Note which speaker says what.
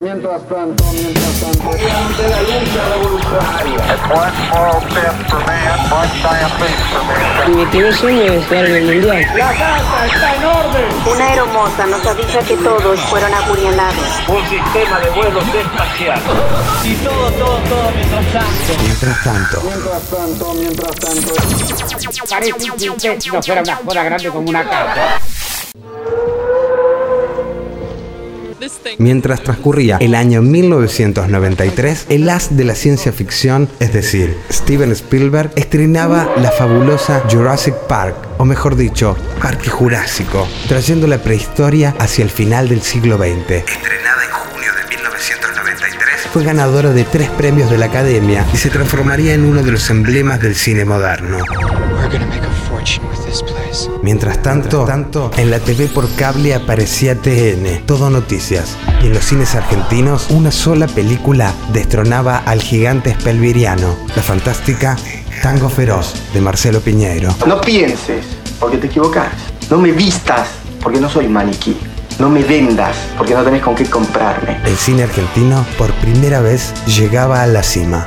Speaker 1: Mientras tanto, mientras tanto, ante la lucha revolucionaria.
Speaker 2: Mi primer sueño es jugar en el mundial.
Speaker 1: La casa está en orden.
Speaker 3: Una aeromoza nos avisa que todos fueron apuñalados.
Speaker 1: Un sistema de vuelos espacial.
Speaker 4: Mientras tanto,
Speaker 1: Mientras tanto, mientras tanto.
Speaker 5: no fuera una joda grande como una casa.
Speaker 6: This thing.
Speaker 4: mientras transcurría el año 1993, el as de la ciencia ficción, es decir, Steven Spielberg, estrenaba la fabulosa Jurassic Park, o mejor dicho, Parque Jurásico, trayendo la prehistoria hacia el final del siglo XX. Estrenada en junio de 1993, fue ganadora de tres premios de la Academia y se transformaría en uno de los emblemas del cine moderno.
Speaker 7: We're gonna make a fortune with this place.
Speaker 4: Mientras tanto, tanto, en la TV por cable aparecía TN, Todo Noticias, y en los cines argentinos una sola película destronaba al gigante espelviriano, la fantástica Tango Feroz de Marcelo Piñeiro.
Speaker 8: No pienses, porque te equivocas. No me vistas, porque no soy maniquí. No me vendas, porque no tenés con qué comprarme.
Speaker 4: El cine argentino por primera vez llegaba a la cima.